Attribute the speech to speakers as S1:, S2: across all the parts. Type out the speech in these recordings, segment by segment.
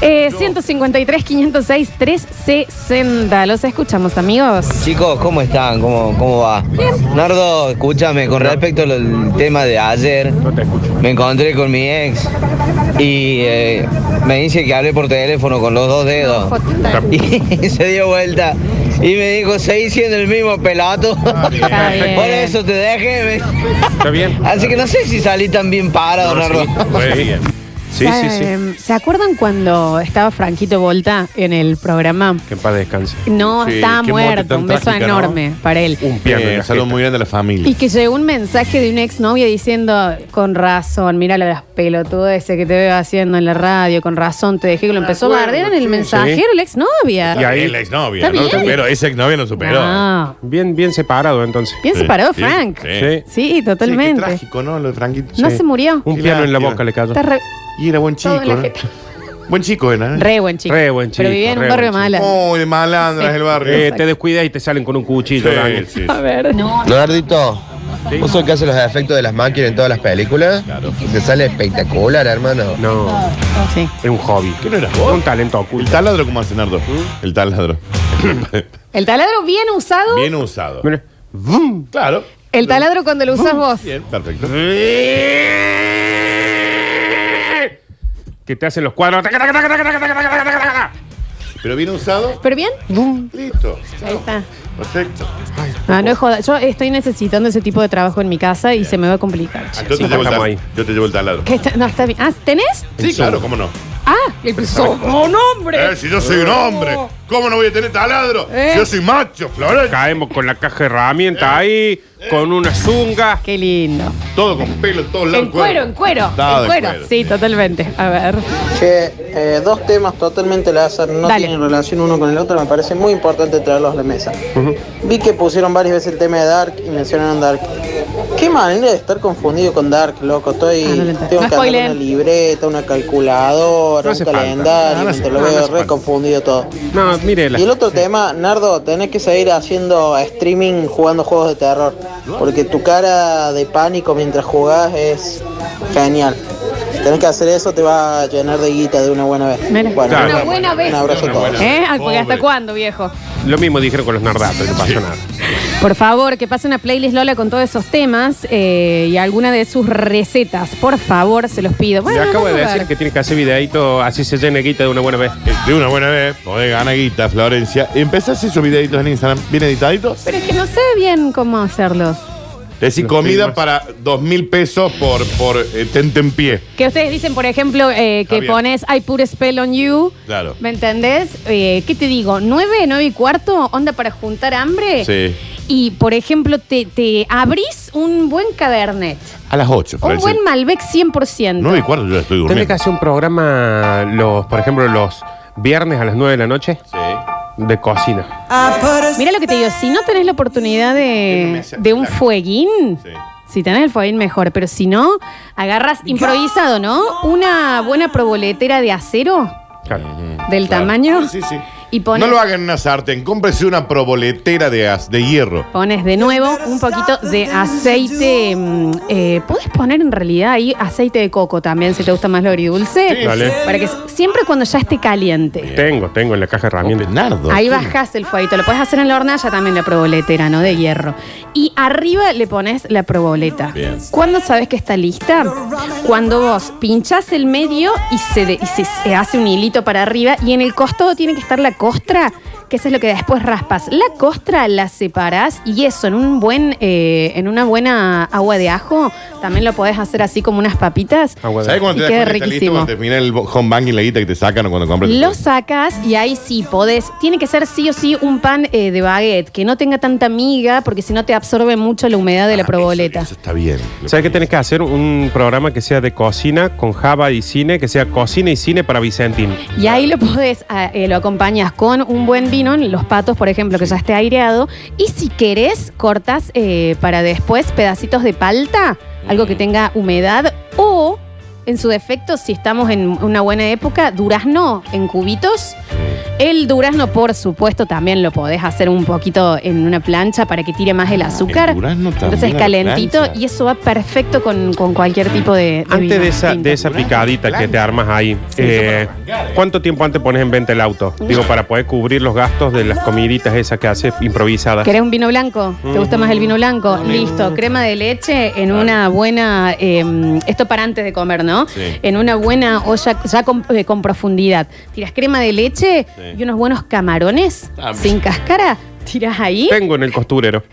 S1: Eh, 153, 506, 360. Los escuchamos, amigos.
S2: Chicos, ¿cómo están? ¿Cómo, cómo va? Nardo, escúchame, con respecto al- al tema de ayer,
S3: No te escucho.
S2: me encontré con mi ex y eh, me dice que hablé por teléfono con los dos dedos.
S4: Ah,
S2: Y se dio vuelta y me dijo, seguí siendo el mismo pelato.
S1: Está bien.
S2: Por eso te dejé.
S3: ¿Está bien?
S2: Así que no sé si salí tan bien parado, Nardo.
S3: Sí, re bien. Sí, sí, sí.
S1: ¿Saben- ¿Se acuerdan cuando estaba Franquito Volta en el programa?
S3: Que en paz descanse.
S1: No,
S4: Sí,
S1: estaba
S4: qué muerte
S1: muerto.
S4: tan
S1: Un beso
S4: trágica, ¿no?
S1: enorme para él.
S3: Un piano. en
S4: Bien,
S3: la
S4: Eh, saludo
S3: jeta.
S4: muy grande a la familia.
S1: Y que llegó un mensaje de una exnovia diciendo, con razón, mira las pelotudeces que te veo haciendo en la radio, con razón te dejé que lo empezó a bardear en el mensajero, la exnovia.
S3: Y ahí-
S4: Es la exnovia,
S1: Está
S4: no lo
S1: bien. Ah,
S4: superó. Esa exnovia no superó.
S1: No.
S3: Bien, bien separado entonces.
S1: Bien
S4: Sí,
S1: separado,
S4: sí,
S1: Frank.
S4: sí.
S3: Sí.
S1: Sí,
S4: Qué
S1: totalmente.
S4: trágico, ¿no? Lo de Franquito.
S1: no
S3: Sí.
S1: se murió.
S3: Un
S4: Sí,
S3: piano
S4: la-
S3: en la
S4: sí, la-
S3: boca le cayó.
S1: Está re,
S4: Y era buen chico,
S1: Todo en la
S4: ¿no?
S1: jeta.
S4: Buen chico era, ¿eh?
S1: re buen chico.
S3: Re buen chico,
S1: Pero vivía en un
S3: re
S1: barrio
S3: buen
S1: malo.
S4: Muy de malandras el barrio.
S3: Eh, te descuida y te salen con un cuchillo,
S4: Sí,
S3: Daniel.
S4: sí, sí.
S1: Oh, A ver.
S5: Leonardito, ¿vos sos el que hace los efectos de las máquinas en todas las películas?
S4: Claro.
S5: Y te sale espectacular, hermano.
S3: No,
S1: Sí.
S3: es un hobby.
S4: ¿Qué no eras vos?
S3: Un talento
S4: El
S3: oculto.
S4: taladro, ¿cómo hace Nardo?
S3: ¿Mm?
S4: El taladro.
S1: El taladro bien usado.
S4: Bien usado.
S3: Mira. ¡Vum!
S4: Claro.
S1: El taladro cuando lo usas vos.
S4: Bien, perfecto.
S3: Que te hacen los cuadros.
S4: Pero bien usado,
S1: Pero bien.
S4: listo.
S1: Ahí está.
S4: Perfecto.
S1: Ah, no es joda. Yo estoy necesitando ese tipo de trabajo en mi casa y se me va a complicar. che.
S4: Yo Ah, te, llevo el
S3: estamos
S4: taladro.
S3: ahí.
S4: Yo te llevo el taladro.
S1: ¿Qué está- No, está bien. Ah, ¿tenés?
S4: Sí, claro, cómo no.
S1: Ah, el ¡Oh, nombre!
S4: Eh, si yo soy un hombre, ¿cómo no voy a tener taladro?
S1: Oh. Eh.
S4: Si yo soy macho, Florencia.
S3: Caemos con la caja de herramientas ahí, con una zunga.
S1: Qué lindo.
S4: Todo con pelo, en todos lados.
S1: En cuero, en cuero.
S4: Todo
S1: En cuero. Sí, totalmente. A ver.
S6: Che, eh, dos temas totalmente láser, no
S1: Dale.
S6: tienen relación uno con el otro, me parece muy importante traerlos a la mesa. Vi que pusieron varias veces el tema de Dark y mencionaron Dark. Qué manera de estar confundido con Dark, loco. Estoy,
S1: Ah, no lo entiendo.
S6: tengo
S1: No
S6: que andar
S1: spoileen.
S6: una libreta, una
S3: No
S6: calculadora,
S3: hace
S6: un
S3: falta.
S6: calendario,
S3: No, no hace-
S6: te lo
S3: no, no
S6: veo
S3: hace
S6: re
S3: falta.
S6: confundido todo.
S3: No, mírela.
S6: Y el otro tema, Nardo, tenés que seguir haciendo streaming jugando juegos de terror, porque tu cara de pánico mientras jugás es genial. Si tenés que hacer eso, te va a llenar de guita de una buena vez.
S1: Mira.
S3: Claro.
S1: Una buena vez.
S6: Un abrazo a todos.
S1: ¿Eh? Ah, Porque ¿hasta
S4: Pobre.
S1: cuándo, viejo?
S3: Lo mismo dijeron con los nardatos, no pasó nada.
S1: Por favor, que pasen a Playlist Lola con todos esos temas eh, y alguna de sus recetas. Por favor, se los pido.
S3: Le
S1: Bueno,
S3: acabo de
S1: vamos a
S3: decir
S1: ver.
S3: que tienes que hacer videadito, así se llena guita de una buena vez.
S4: Eh, De una buena vez, podés ganar guita, Florencia. Empezás a hacer esos videitos en Instagram, bien editaditos.
S1: Pero es que no sé bien cómo hacerlos.
S4: Es decir,
S3: Los
S4: comida
S3: filmas.
S4: para dos mil pesos por, por eh, tentempié.
S1: Que ustedes dicen, por ejemplo, eh,
S4: Está
S1: que
S4: bien.
S1: pones I put a spell on you.
S4: Claro.
S1: ¿Me entendés? Eh, ¿Qué te digo? ¿Nueve, nueve y cuarto? ¿Onda para juntar hambre?
S4: Sí.
S1: Y, por ejemplo, te, te abrís un buen cabernet.
S4: A las 8,
S1: Un
S4: Florencia.
S1: buen Malbec 100%.
S4: Nueve y cuarto yo ya estoy
S3: Tendré que
S4: durmiendo.
S3: hacer un programa, los, por ejemplo, los viernes a las 9 de la noche
S4: Sí.
S3: de cocina.
S1: Mira lo que te digo, si no tenés la oportunidad de, de un fueguín,
S4: Sí.
S1: si tenés el fueguín mejor, pero si no, agarras improvisado, ¿no? Una buena proboletera de acero
S3: Claro.
S1: del
S4: Claro.
S1: tamaño
S4: Sí, sí.
S1: y pones,
S4: No lo hagan en una sartén, cómprese una proboletera de, as- de hierro.
S1: pones de nuevo un poquito de aceite. mm, Eh, Puedes poner en realidad ahí aceite de coco también, si te gusta más lo agridulce.
S4: Sí,
S3: Dale.
S1: Para que siempre cuando ya esté caliente.
S3: Tengo, tengo en la caja de herramientas.
S4: Bernardo.
S1: Ahí bajas el fueguito, lo puedes hacer en la hornalla también la proboletera, ¿no? De hierro. Y arriba le pones la proboleta.
S4: Bien.
S1: ¿Cuándo sabes que está lista? Cuando vos pinchás el medio y, se, de- y se- se hace un hilito para arriba y en el costado tiene que estar la costra, que eso es lo que después raspas. La costra la separás y eso en un buen, eh, en una buena agua de ajo, también lo podés hacer así como unas papitas.
S3: Agua de-
S4: ¿Sabes cuando
S1: Y
S4: te das
S1: queda
S4: cuenta que está listo
S1: riquísimo.
S4: cuando terminas el bo- home banking, la guita que te sacan o cuando compras?
S1: Lo sacas y ahí sí podés. Tiene que ser sí o sí un pan eh, de baguette que no tenga tanta miga porque si no te absorbe mucho la humedad de la proboleta.
S4: Ah, Eso, eso está bien.
S3: ¿Sabes qué tenés que hacer? Un programa que sea de cocina con Java y cine, que sea cocina y cine para Vicentín.
S1: Y ahí lo podés, ah, eh, lo acompañas con un buen vino, los patos, por ejemplo, que ya esté aireado. Y si querés, cortas eh, para después pedacitos de palta, algo que
S4: Mm.
S1: tenga humedad o. En su defecto, si estamos en una buena época, durazno en cubitos
S4: Mm.
S1: El durazno, por supuesto, también lo podés hacer un poquito en una plancha para que tire más el azúcar.
S4: Ah, el durazno también
S1: Entonces es
S4: a la
S1: calentito
S4: plancha.
S1: y eso va perfecto con, con cualquier tipo de, de
S3: Antes
S1: vino
S3: de esa,
S1: tinto.
S3: de esa picadita que te armas ahí, eh, ¿cuánto tiempo antes pones en venta el auto? Digo, para poder cubrir los gastos de las comiditas esas que haces improvisadas.
S1: ¿Querés un vino blanco? ¿Te
S4: Mm.
S1: gusta más el vino blanco? Listo, crema de leche en una buena, eh, esto para antes de comer, ¿no?
S4: Sí.
S1: En una buena olla ya con, eh, con profundidad. Tiras crema de leche
S4: Sí.
S1: y unos buenos camarones
S4: Ah,
S1: sin cáscara. Tiras ahí,
S3: Tengo en el costurero.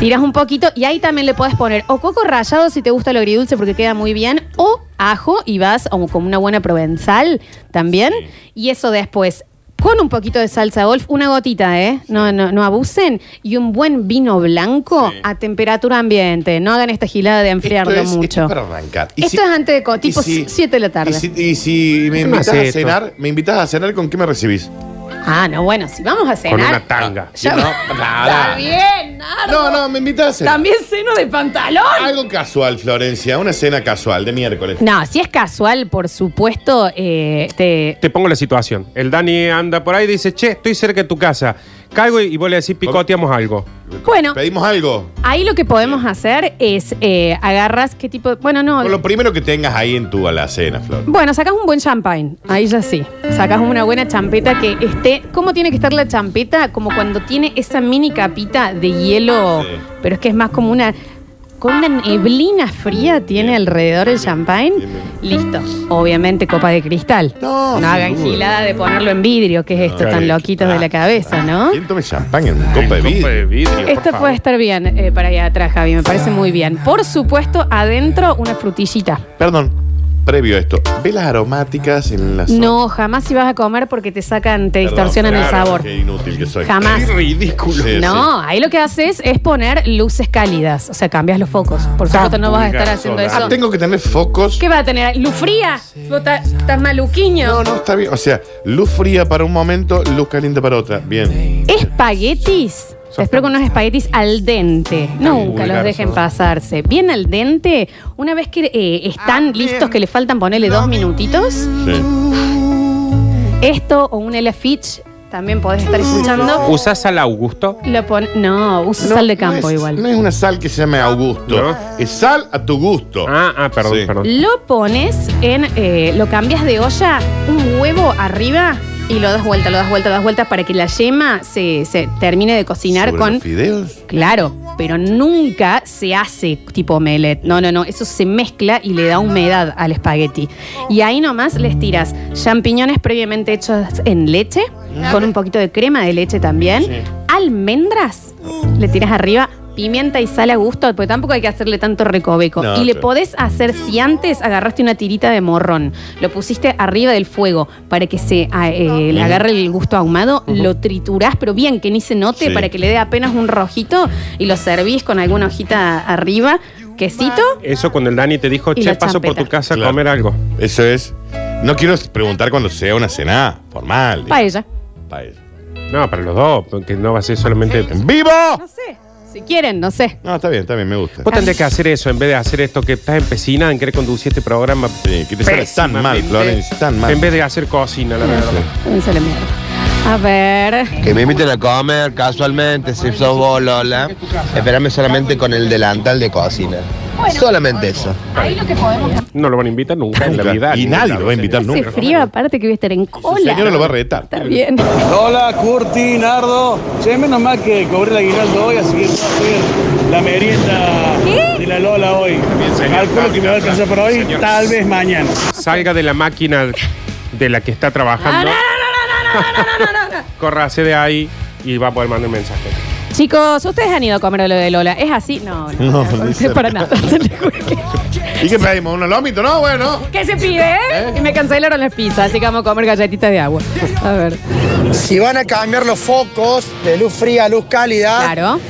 S1: tiras un poquito y ahí también le podés poner o coco rallado si te gusta lo agridulce porque queda muy bien, o ajo y vas a un- con una buena provenzal también. Y eso después. Con un poquito de salsa golf, una gotita, ¿eh? No, no, no abusen. Y un buen vino blanco
S4: Sí.
S1: a temperatura ambiente. No hagan esta gilada de enfriarlo
S4: Esto es-
S1: mucho.
S4: esto es para arrancar. Y
S1: Esto es antes de co-
S4: y
S1: tipo siete de la tarde.
S4: Y si, y si me
S3: ¿Qué
S4: invitas
S3: hace
S4: a
S3: esto?
S4: cenar, ¿me invitas a cenar con qué me recibís?
S1: ah, no, bueno, si vamos a
S3: Con una
S1: cenar.
S3: tanga.
S1: ya-
S4: No,
S1: Está
S4: nada.
S1: bien, Nardo.
S4: No, Ah. no, me invitas a cenar.
S1: También seno de pantalón.
S4: Algo casual, Florencia, una cena casual de miércoles.
S1: No, si es casual, por supuesto, eh, te-
S3: Te pongo la situación. El Dani anda por ahí y dice, che, estoy cerca de tu casa. Caigo y y vos le decís, picoteamos algo.
S1: Bueno,
S4: ¿Pedimos algo?
S1: ahí lo que podemos hacer es eh, agarras qué tipo de... Bueno, no.
S4: Con lo primero que tengas ahí en tu alacena, Flor.
S1: Bueno, sacas un buen champagne, ahí ya sí. Sacas una buena champeta que esté... ¿Cómo tiene que estar la champeta? Como cuando tiene esa mini capita de hielo,
S4: Sí.
S1: pero es que es más como una... Con una neblina fría tiene alrededor el champagne.
S4: bien,
S1: Listo. Obviamente copa de cristal.
S4: No, sin
S1: hagan
S4: duda.
S1: gilada de ponerlo en vidrio, que es esto
S3: No,
S1: tan
S3: claro.
S1: loquitos de la cabeza, ¿no?
S4: ¿Quién tome champán en copa de
S3: Copa
S4: vidrio?
S3: vidrio, por
S1: Esto
S3: favor.
S1: puede estar bien eh, para allá atrás, Javi, me parece muy bien. Por supuesto, adentro una frutillita.
S4: Perdón, previo a esto, ¿ve las aromáticas en la zona?
S1: No, jamás si vas a comer porque te sacan, te
S4: Perdón,
S1: distorsionan el
S4: claro,
S1: sabor.
S4: Qué inútil que soy.
S1: Jamás.
S3: Qué ridículo.
S4: Sí,
S1: No, ahí lo que haces es poner luces cálidas, o sea, cambias los focos. Por supuesto, no vas a estar haciendo
S3: Ah,
S1: eso.
S4: Ah, tengo que tener focos.
S1: ¿Qué va a tener? ¿Luz fría? ¿Vos ta- estás
S4: No,
S1: maluquiño?
S4: no, está bien. O sea, luz fría para un momento, luz caliente para otra. Bien.
S1: Espaguetis. Espero con unos espaguetis al dente. Nunca los
S3: vulgares,
S1: dejen
S3: ¿no?
S1: pasarse. Bien al dente, una vez que eh,
S4: Ah,
S1: están listos, que le faltan ponerle dos minutitos.
S4: Sí.
S1: Esto o un Ella Fitch también podés
S4: Mm.
S1: estar escuchando.
S3: ¿Usás al Augusto?
S1: Lo pon- no, uso sal de campo
S4: es,
S1: igual.
S4: No es una sal que se llame Augusto.
S3: No.
S4: Es sal a tu gusto.
S3: Ah, ah, perdón,
S4: Sí.
S3: perdón.
S1: Lo pones en. eh, lo cambias de olla, un huevo arriba y lo das vuelta, lo das vuelta, lo das vuelta para que la yema se, se termine de cocinar
S4: Sobre
S1: con.
S4: los fideos.
S1: Claro, pero nunca se hace tipo melet. No, no, no. Eso se mezcla y le da humedad al espagueti. Y ahí nomás les tiras champiñones previamente hechos en leche, con un poquito de crema de leche también. Almendras, le tiras arriba. Pimienta y sal a gusto, porque tampoco hay que hacerle tanto recoveco.
S4: No,
S1: y le
S4: claro.
S1: podés hacer, si antes agarraste una tirita de morrón, lo pusiste arriba del fuego para que se ah, eh, le agarre el gusto ahumado, lo triturás, pero bien, que ni se note,
S4: Sí.
S1: para que le dé apenas un rojito y lo servís con alguna hojita arriba, quesito.
S3: Eso cuando el Dani te dijo,
S1: Y
S3: che,
S1: la
S3: paso por
S1: champeta.
S3: tu casa
S4: Claro.
S3: a comer algo.
S4: Eso es. No quiero preguntar cuando sea una cena formal.
S1: Paella.
S4: Paella.
S3: No, para los dos, porque no va a ser solamente.
S4: ¡En vivo!
S1: No sé. Si quieren, no sé.
S4: No, está bien, está bien, me gusta.
S3: Vos tendrías que hacer eso en vez de hacer esto que estás empecinada en querer conducir este programa.
S4: Sí, que te sale tan mal,
S3: pésimamente,
S4: Florencia, tan mal.
S3: En vez de hacer cocina, la verdad.
S1: Piénsale mierda. A ver.
S5: Que me inviten a comer casualmente, si sos vos, Lola. Espérame solamente con el delantal de cocina. Solamente eso.
S3: No lo van a invitar nunca en la
S4: Nunca.
S3: vida.
S4: Y
S3: nunca.
S4: nadie lo va a invitar
S1: Hace
S4: nunca.
S1: frío, aparte que voy a estar en
S4: El
S1: cola.
S4: señor lo va a retar.
S1: Está bien.
S7: Hola, Curti, Nardo. Che, menos mal que cobré el aguinaldo hoy, así que voy a hacer la merienda
S1: ¿Qué?
S7: de la Lola hoy.
S3: señor.
S7: Calculo que me va a alcanzar para hoy,
S3: Señor.
S7: tal vez mañana.
S3: Salga de la máquina de la que está trabajando. Corrase de ahí y va a poder mandar un mensaje.
S1: Chicos, ustedes han ido a comer lo de Lola. ¿Es así? No, no.
S4: No,
S1: No,
S4: ni
S1: es para nada.
S4: ¿Y qué pedimos? ¿Unos lomitos? No, bueno.
S1: ¿Qué se pide? Y me cancelaron las pizzas, así que vamos a comer galletitas de agua. A ver.
S8: Si van a cambiar los focos de luz fría a luz cálida,
S1: Claro.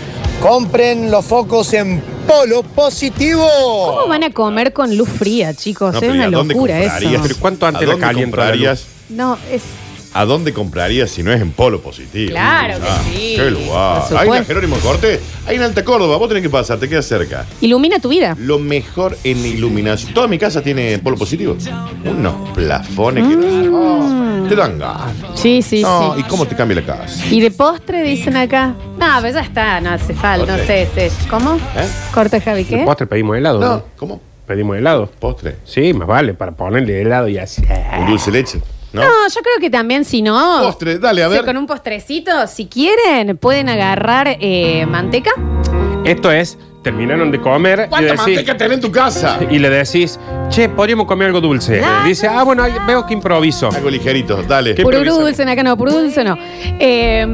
S8: compren los focos en polo positivo.
S1: ¿Cómo van a comer con luz fría, chicos?
S4: No,
S1: es
S4: pero
S1: una
S4: ¿y a dónde
S1: locura
S4: comprarías?
S1: eso.
S3: Pero ¿cuánto antes
S4: ¿A
S3: la
S4: dónde
S3: calienta la
S4: comprarías?
S1: No, es.
S4: ¿a dónde comprarías si no es en polo positivo? Ah,
S1: Claro que sí.
S4: Qué lugar.
S1: Por
S4: Hay una
S1: supuesto.
S4: Jerónimo Cortés, hay en Alta Córdoba, vos tenés que pasar, te queda cerca.
S1: Ilumina tu vida.
S4: Lo mejor en iluminación. Toda mi casa tiene polo positivo. Unos plafones que Oh, te dan gas.
S1: Mm. Sí, sí,
S4: no,
S1: sí.
S4: ¿y cómo te cambia la casa?
S1: Y de postre dicen acá. No, pero ya está, no hace falta, no sé,
S4: Postre.
S1: sé. ¿Cómo?
S4: ¿Eh?
S1: Corta Javi,
S3: El
S1: ¿qué?
S3: Postre pedimos helado.
S4: No,
S3: No.
S4: ¿cómo?
S3: Pedimos helado.
S4: Postre.
S3: Sí, más vale, para ponerle helado y así.
S4: Un dulce de leche. ¿No?
S1: No, yo creo que también si no.
S4: Postre, dale, a
S1: si
S4: ver.
S1: con un postrecito, si quieren, pueden agarrar eh, manteca.
S3: Esto es, terminaron de comer y,
S4: ¿Cuánta
S3: decís-
S4: manteca tenés en tu casa?
S3: y le decís, che, podríamos comer algo dulce. Dice, ah, bueno, ahí veo que improviso.
S4: Algo ligerito, dale.
S3: ¿Qué?
S1: Pururú
S3: improvisar.
S1: dulce, acá no, pururú dulce no. Eh,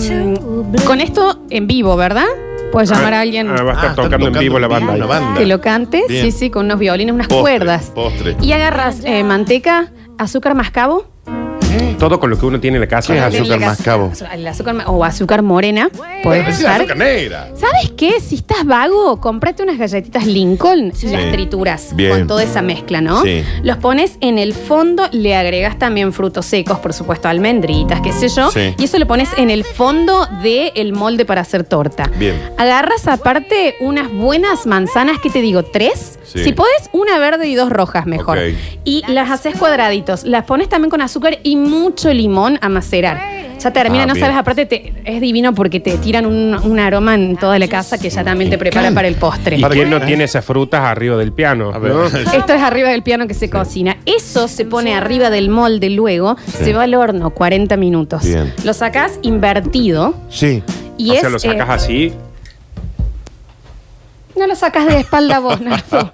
S1: con esto en vivo, ¿verdad? Puedes llamar a alguien
S3: Ah, va a
S4: Ah,
S3: estar
S4: están
S3: tocando en vivo la banda.
S4: La banda.
S1: que lo cante.
S4: Bien.
S1: Sí, sí, con unos violines, unas
S4: Postre,
S1: cuerdas.
S4: postre.
S1: Y agarras eh, manteca, azúcar mascabo.
S3: Todo con lo que uno tiene en la casa.
S4: ¿Qué es
S3: Ah,
S4: azúcar?
S1: El
S4: mascabo?
S1: El azúcar ma- o azúcar morena. Puedes
S4: Es
S1: usar.
S4: azúcar negra.
S1: ¿Sabes qué? Si estás vago, comprate unas galletitas Lincoln y las
S4: Sí.
S1: trituras
S4: Bien.
S1: con toda esa mezcla, ¿no?
S4: Sí.
S1: Los pones en el fondo, le agregas también frutos secos, por supuesto, almendritas, qué sé yo.
S4: Sí.
S1: Y eso lo pones en el fondo del molde para hacer torta.
S4: Bien.
S1: Agarras aparte unas buenas manzanas, ¿qué te digo? ¿Tres?
S4: Sí.
S1: Si podés, una verde y dos rojas mejor.
S4: Ok.
S1: Y las haces cuadraditos. Las pones también con azúcar y mucho limón a macerar. Ya termina,
S4: Ah,
S1: no
S4: bien.
S1: sabes, aparte te- es divino porque te tiran un, un aroma en toda la casa que ya también te prepara para el postre.
S3: ¿Y
S4: Para
S3: quién
S4: que-
S3: no tiene esas frutas arriba del piano?
S4: ¿Eh? A ver.
S3: no?
S1: Esto es arriba del piano que se cocina. Eso se pone arriba del molde luego, se va al horno 40 minutos.
S4: Bien.
S1: Lo sacás invertido
S4: Sí.
S1: y
S3: o
S1: es.
S3: sea, lo sacas
S1: eh,
S3: así.
S1: no lo sacas de espalda vos, Nardo.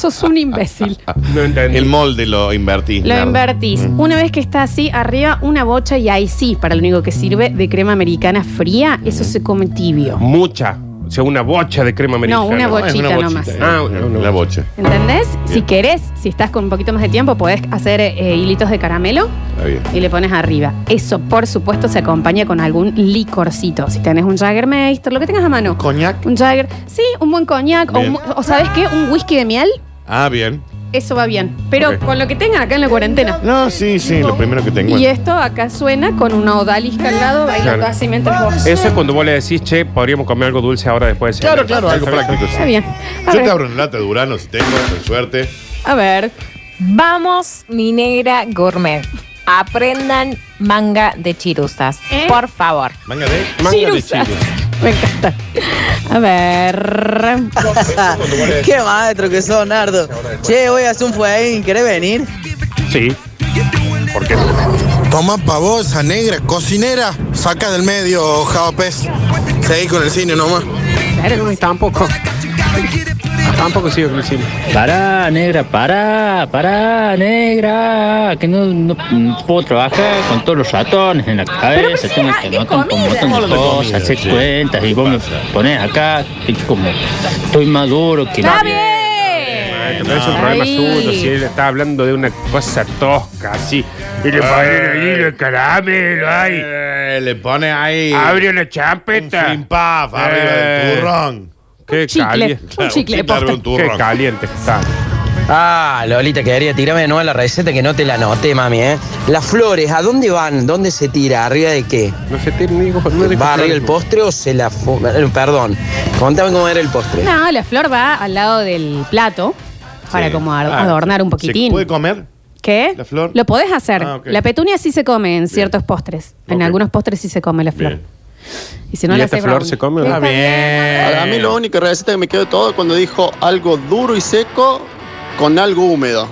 S1: Sos un imbécil.
S3: No entendí. Ah,
S4: El molde lo invertís.
S1: Lo
S4: Nardo.
S1: invertís. Una vez que está así, arriba una bocha y ahí sí, para lo único que sirve de crema americana fría, eso se come tibio.
S3: Mucha. O sea, una bocha de crema americana.
S1: No, una
S4: Ah, es
S1: bochita
S4: una
S1: nomás.
S4: bochita.
S3: Ah, no, no.
S4: La bocha.
S1: ¿Entendés? Si querés, si estás con un poquito más de tiempo, podés hacer eh, hilitos de caramelo
S4: Está bien.
S1: y le pones arriba. Eso, por supuesto, se acompaña con algún licorcito. Si tenés un Jagermeister, lo que tengas a mano.
S4: ¿Coñac?
S1: Un Jagger, sí, un buen coñac. O,
S4: Bien.
S1: un- o ¿sabes qué? Un whisky de miel,
S4: Ah, bien.
S1: eso va bien. Pero
S3: Ok.
S1: con lo que tengan acá en la cuarentena.
S4: No, sí, sí, lo primero que tengo.
S1: Y esto acá suena con una odalisca al lado, bailando
S3: Claro.
S1: así mientras vos.
S3: Eso es cuando vos le decís, che, podríamos comer algo dulce ahora después de
S4: Claro,
S3: cenar.
S4: claro, algo práctico. sí.
S1: Está bien. A
S4: Yo te
S1: ver,
S4: abro una lata de Urano si tengo, con suerte.
S1: a ver.
S9: Vamos, mi negra gourmet. Aprendan manga de chirusas,
S1: ¿Eh?
S9: por favor.
S4: Manga de.
S1: Chirusas. Me encanta. A ver.
S6: Qué maestro que son, Nardo. Che, hoy hace un fueguín, ¿querés venir?
S3: Sí. Porque
S8: Toma pavosa, negra, cocinera. Saca del medio, Javapés. Seguí con el cine nomás.
S3: tampoco. Tampoco sigo con el cine.
S10: Pará, negra, pará, pará, negra, que no, no- no puedo trabajar con todos los ratones en la cabeza,
S1: pero
S10: tengo
S1: si, ah,
S10: que
S1: ¿qué
S10: no con un
S1: comida?
S10: montón de
S4: Hablan de comida,
S10: cosas, hacer
S4: che.
S10: cuentas y vos me ponés acá, y como estoy más duro que
S1: ¡Está
S10: la
S1: bien!
S3: Ay, pero es un problema
S1: Ahí.
S3: suyo. Si él está hablando de una cosa tosca, así. Y le ponen ahí el caramelo, ay.
S4: Eh, le pone ahí.
S3: Abre una
S4: un
S3: champeta.
S4: flim paf arriba
S3: Eh.
S4: del turrón.
S3: Qué
S1: Chicle.
S3: caliente.
S1: Un
S4: Claro,
S1: chicle de
S4: sí, claro,
S1: posta.
S4: un
S3: Qué
S4: turrón.
S3: caliente que está.
S2: Ah, Lolita, quería tirarme de nuevo la receta que no te la noté, mami, ¿eh? Las flores, ¿a dónde van? ¿Dónde se tira? ¿Arriba de qué?
S3: No sé, te digo, no digo-
S2: ¿Va arriba el postre o se la fuma? Eh, Perdón, contame cómo era el postre.
S1: No, la flor va al lado del plato para
S4: Sí.
S1: como ad-
S4: Ah,
S1: adornar un
S4: ¿Se
S1: poquitín.
S4: puede comer?
S1: ¿Qué?
S4: la flor?
S1: Lo podés hacer.
S4: Ah, ok.
S1: La petunia sí se come en ciertos postres. En
S4: Ok.
S1: algunos postres sí se come la flor.
S4: Bien.
S1: Y si no
S3: ¿Y
S1: la
S3: esta
S1: haces
S3: flor
S1: brownie.
S3: se come o no?
S1: Está
S3: Está
S4: Para mí lo
S7: única receta que me quedó todo cuando dijo algo duro y seco con algo húmedo.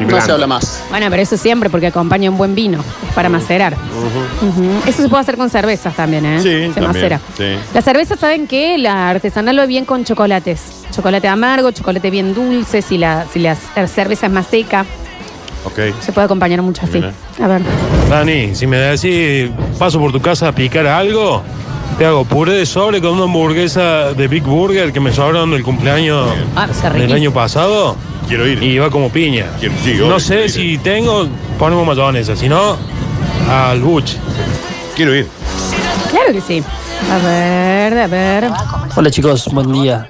S3: Y blando.
S7: más.
S1: Bueno, pero eso siempre porque acompaña un buen vino. Es para macerar. Ujú. Eso se puede hacer con cervezas también, ¿eh?
S4: Sí,
S1: se
S4: también,
S1: macera.
S4: sí.
S1: La cerveza, ¿saben qué? La artesanal lo bien con chocolates. Chocolate amargo, chocolate bien dulce. Si la, si la cerveza es más seca,
S4: Ok.
S1: se puede acompañar mucho así.
S4: Mira.
S1: A ver.
S7: Dani, si me decís, paso por tu casa a picar algo, te hago puré de sobre con una hamburguesa de Big Burger que me sobraron del cumpleaños
S1: Ah, se
S7: del año pasado
S4: Quiero ir.
S7: y va como piña.
S4: Quiero- sí, obvio,
S7: No sé
S4: quiero
S7: si
S4: ir.
S7: tengo, ponemos mayonesa, si no, al buche.
S4: Quiero ir.
S1: Claro que sí. A ver, a ver.
S10: Hola chicos, buen día.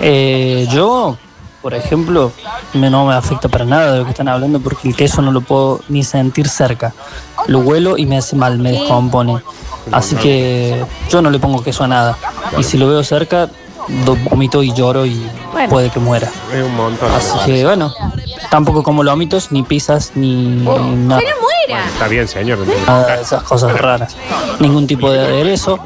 S10: Eh, yo, por ejemplo, me- no me afecta para nada de lo que están hablando porque el queso no lo puedo ni sentir cerca.
S11: lo huelo y me hace mal, me descompone. Así que yo no le pongo queso a nada. Y si lo veo cerca, do- vomito y lloro y
S1: Bueno.
S11: puede que muera.
S3: Es un montón.
S11: Así que bueno, tampoco como lomitos, ni pizzas, ni
S9: Oh.
S11: nada.
S1: ¡Que no muera!
S3: Está bien, señor.
S11: Nada de Ah, esas cosas raras. Ningún tipo de aderezo.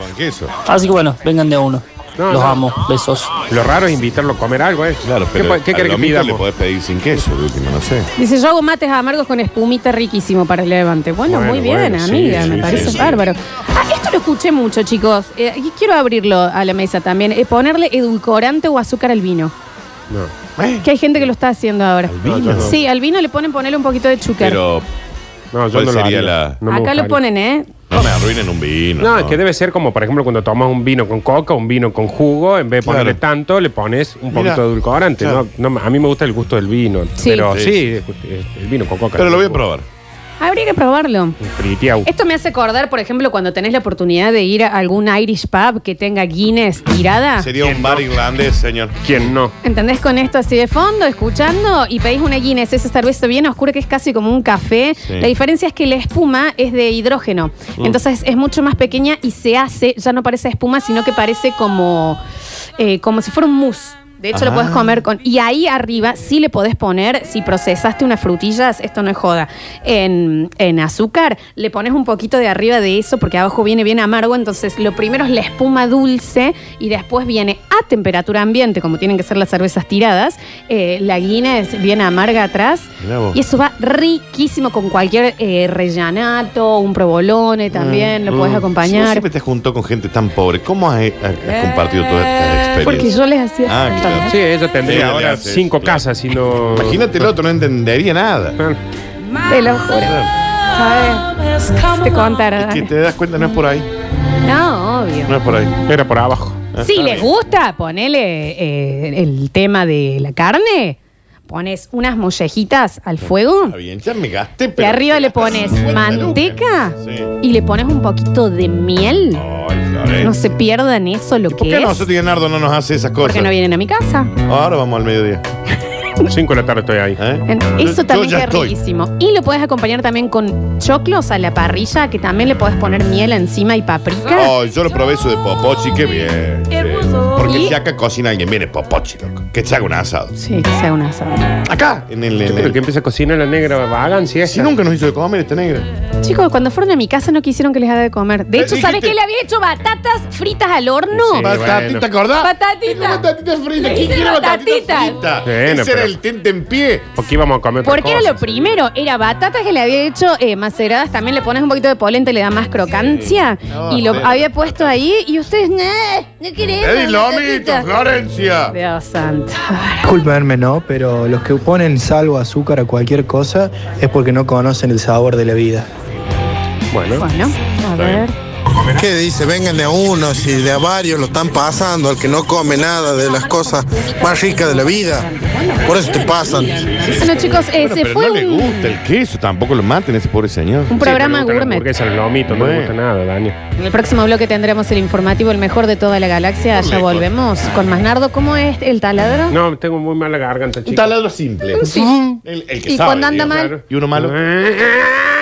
S11: Así que bueno, vengan de a uno.
S3: No,
S11: Los
S3: no.
S11: amo. Besos.
S3: Lo raro es invitarlo a comer algo, ¿eh? Claro,
S4: Pero
S3: ¿Qué,
S4: al
S3: querés que
S4: lomito
S3: pidamos?
S4: Le podés pedir sin queso, de última, no sé.
S1: Dice, yo hago mates amargos con espumita riquísimo para el levante. Bueno,
S4: Bueno,
S1: muy bien,
S4: bueno, sí,
S1: amiga,
S4: sí,
S1: me
S4: sí,
S1: parece
S4: sí.
S1: bárbaro. Ah, esto lo escuché mucho, chicos. Eh, y quiero abrirlo a la mesa también. Eh, ponerle edulcorante o azúcar al vino.
S3: No.
S1: Que hay gente que lo está haciendo ahora.
S3: vino? No, yo no.
S1: Sí, al vino le ponen ponerle un poquito de chúcar.
S4: Pero.
S3: No,
S4: ¿Cuál
S3: yo no lo
S4: Pues sería
S3: haría.
S4: la-
S3: No me
S1: Acá lo
S3: gustaría.
S1: ponen, ¿eh?
S4: No me arruinen un vino.
S3: No, es que debe ser como, por ejemplo, cuando tomas un vino con coca, un vino con jugo, en vez de
S4: Claro.
S3: ponerle tanto, le pones un poquito
S4: Mira.
S3: de edulcorante.
S4: Claro.
S3: No, no, a mí me gusta el gusto del vino,
S1: Sí.
S3: pero sí,
S4: Sí.
S3: eh, el vino con coca.
S4: Pero lo voy a probar.
S1: Habría que probarlo.
S3: Un friteau.
S1: Esto me hace acordar, por ejemplo, cuando tenés la oportunidad de ir a algún Irish pub que tenga Guinness tirada.
S4: Sería un bar irlandés, señor.
S3: ¿Quién no?
S1: ¿Entendés con esto así de fondo, escuchando? Y pedís una Guinness, esa cerveza bien oscura que es casi como un café.
S4: Sí. Mm.
S1: La diferencia es que la espuma es de hidrógeno. Entonces es mucho más pequeña y se hace, ya no parece espuma, sino que parece como, eh, como si fuera un mousse. De hecho, lo
S4: Ah.
S1: podés comer con. Y ahí arriba sí le podés poner, si procesaste unas frutillas, esto no es joda, en, en azúcar, le pones un poquito de arriba de eso porque abajo viene bien amargo. Entonces, lo primero es la espuma dulce y después viene a temperatura ambiente, como tienen que ser las cervezas tiradas. eh, la guina es bien amarga atrás.
S4: Mirá vos.
S1: Y eso va riquísimo con cualquier eh, rellanato, un provolone también, lo podés
S4: Si Mm. vos
S1: acompañar.
S4: siempre te juntó con gente tan pobre. ¿cómo has, has- has compartido toda esta
S1: Eh, Porque
S4: experiencia?
S1: yo les hacía.
S4: Ah,
S1: falta,
S4: claro.
S1: ¿no?
S3: Sí, ella
S4: Sí,
S3: tendría
S4: le
S3: ahora
S4: haces,
S3: cinco
S4: claro.
S3: casas, si no. Ah,
S4: Imagínate el otro, no entendería nada.
S3: Claro.
S1: Te lo juro. ¿Sabes? Si Te contara.
S4: Es que
S1: Dani.
S4: te das cuenta, no es por ahí.
S1: No, obvio.
S4: No es por ahí. Ah,
S3: Era por abajo.
S1: Si
S4: Está
S1: les
S4: bien.
S1: gusta, ponele eh, el tema de la carne. Pones unas mollejitas al fuego.
S4: Está bien, ya me gasté.
S1: Y
S4: pero-
S1: arriba le pones manteca
S4: Sí.
S1: y le pones un poquito de miel.
S4: Ay, Florencia.
S1: No se pierdan eso, lo
S4: ¿Por
S1: que
S4: qué
S1: es.
S4: nosotros y Leonardo no nos hace esas
S1: Porque
S4: cosas?
S1: no vienen a mi casa.
S4: Ahora vamos al mediodía.
S3: Cinco de la tarde estoy ahí.
S4: ¿eh?
S1: En-
S4: Yo-
S1: Eso
S4: yo
S1: también
S4: ya
S1: es
S4: estoy.
S1: riquísimo. Y lo puedes acompañar también con choclos a la parrilla, que también le podés poner miel encima y paprika.
S4: Ay, yo lo probé eso de popochi, qué bien. sí. Porque
S1: Y-
S4: si acá cocina alguien, viene popochi, loco. Que se haga un asado.
S1: Sí, que sea una asada.
S4: Acá, en el.
S3: Yo
S4: En
S3: creo
S4: el-
S3: que empieza a cocinar la negra vagan, si
S4: Si nunca nos hizo de comer este negro.
S1: Chicos, cuando fueron a mi casa no quisieron que les haga de comer. De
S4: Eh,
S1: hecho, ¿sabes
S4: dijiste-
S1: qué? Le había hecho batatas fritas al horno.
S3: Sí,
S4: Batatita,
S3: bueno.
S4: ¿te acordás?
S1: Batatita.
S4: Tengo Batatita frita.
S1: Le
S4: ¿Quién
S1: hice
S4: quiere
S1: batatita.
S4: batatita frita? Ese
S3: Bueno,
S4: era
S3: pero-
S4: el tente en pie.
S3: Porque íbamos a comer otra
S1: Porque era
S3: cosa.
S1: lo primero, era batatas que le había hecho eh, maceradas, también le pones un poquito de polenta y le da más crocancia.
S4: No,
S1: y lo
S4: pero-
S1: había puesto ahí y ustedes, no, no
S4: ¡Ey,
S1: queremos.
S4: lomito,
S1: batatitas".
S4: Florencia!
S1: Dios santo.
S12: Disculpenme, ¿no? Pero los que ponen sal o azúcar a cualquier cosa es porque no conocen el sabor de la vida.
S3: Bueno,
S1: Bueno, a ver.
S8: ¿Qué dice? Vengan de a uno, si de a varios lo están pasando, al que no come nada de las cosas más ricas de la vida. Por eso te pasan.
S1: Bueno, chicos, eh,
S4: Bueno,
S1: se
S4: pero
S1: fue
S4: no le
S1: un,
S4: gusta el queso, tampoco lo maten ese pobre señor.
S1: un programa gourmet.
S3: Porque es el lomito, no me
S4: Bueno.
S3: gusta nada, Dani.
S1: En el próximo bloque tendremos el informativo, el mejor de toda la galaxia. Ya volvemos con más nardo. ¿Cómo es el taladro?
S3: No, tengo muy mala garganta,
S4: Un
S3: chicos.
S4: taladro simple. El, el que
S1: Y
S4: sabe,
S1: cuando anda
S4: digamos.
S1: mal.
S4: Y uno malo.
S3: Claro.